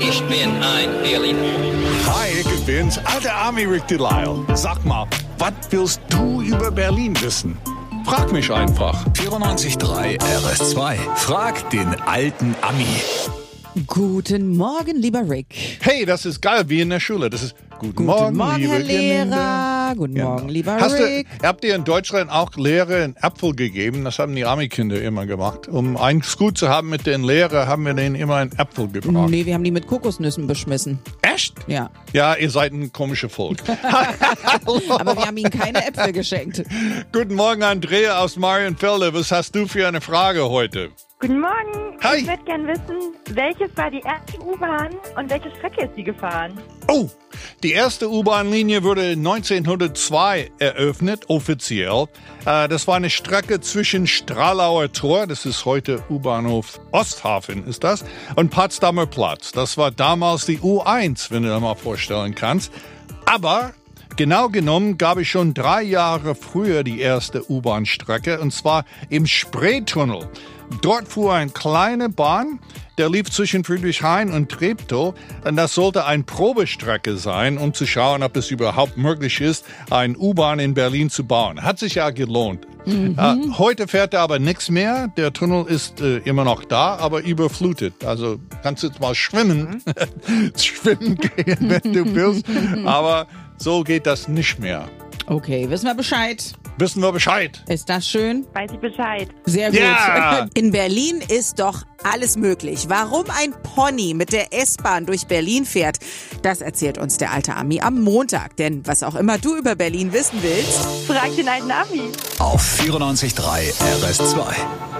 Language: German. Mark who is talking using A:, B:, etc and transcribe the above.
A: Ich bin ein Berliner.
B: Hi, ich bin's, alter Army Rick Delisle. Sag mal, was willst du über Berlin wissen? Frag mich einfach.
C: 94.3 RS2. Frag den alten Ami.
D: Guten Morgen, lieber Rick.
B: Hey, das ist geil, wie in der Schule. Das ist Guten,
D: Guten
B: Morgen, liebe
D: Herr
B: Kinder.
D: Lehrer. Guten Morgen, lieber
B: Hast du,
D: Rick.
B: habt ihr in Deutschland auch Lehrer einen Apfel gegeben? Das haben die Army-Kinder immer gemacht. Um einen Scoot zu haben mit den Lehrer, haben wir denen immer einen Apfel gebracht.
D: Nee, wir haben die mit Kokosnüssen beschmissen.
B: Oh. Echt?
D: Ja.
B: Ja, ihr seid ein komischer Volk.
D: Aber wir haben ihnen keine Äpfel geschenkt.
B: Guten Morgen, Andrea aus Marienfelde. Was hast du für eine Frage heute?
E: Guten Morgen.
B: Hi.
E: Ich würde gerne wissen, welches war die erste U-Bahn und welche Strecke ist sie gefahren?
B: Oh, die erste U-Bahn-Linie wurde 1902 eröffnet, offiziell. Äh, Das war eine Strecke zwischen Stralauer Tor, das ist heute U-Bahnhof Osthafen, ist das, und Potsdamer Platz. Das war damals die U1, wenn du dir mal vorstellen kannst. Aber genau genommen gab es schon drei Jahre früher die erste U-Bahn-Strecke, und zwar im Spreetunnel. Dort fuhr eine kleine Bahn, der lief zwischen Friedrichshain und Treptow. Und das sollte eine Probestrecke sein, um zu schauen, ob es überhaupt möglich ist, eine U-Bahn in Berlin zu bauen. Hat sich ja gelohnt. Äh, heute fährt er aber nichts mehr. Der Tunnel ist äh, immer noch da, aber überflutet. Also kannst jetzt mal schwimmen, schwimmen gehen, wenn du willst. Aber so geht das nicht mehr.
D: Okay, wissen wir Bescheid.
B: Wissen wir Bescheid.
D: Ist das schön?
E: Weiß ich Bescheid.
D: Sehr gut.
B: Ja!
F: In Berlin ist doch alles möglich. Warum ein Pony mit der S-Bahn durch Berlin fährt, das erzählt uns der alte Ami am Montag. Denn was auch immer du über Berlin wissen willst,
E: Frag den alten Ami.
C: Auf 94.3 RS2.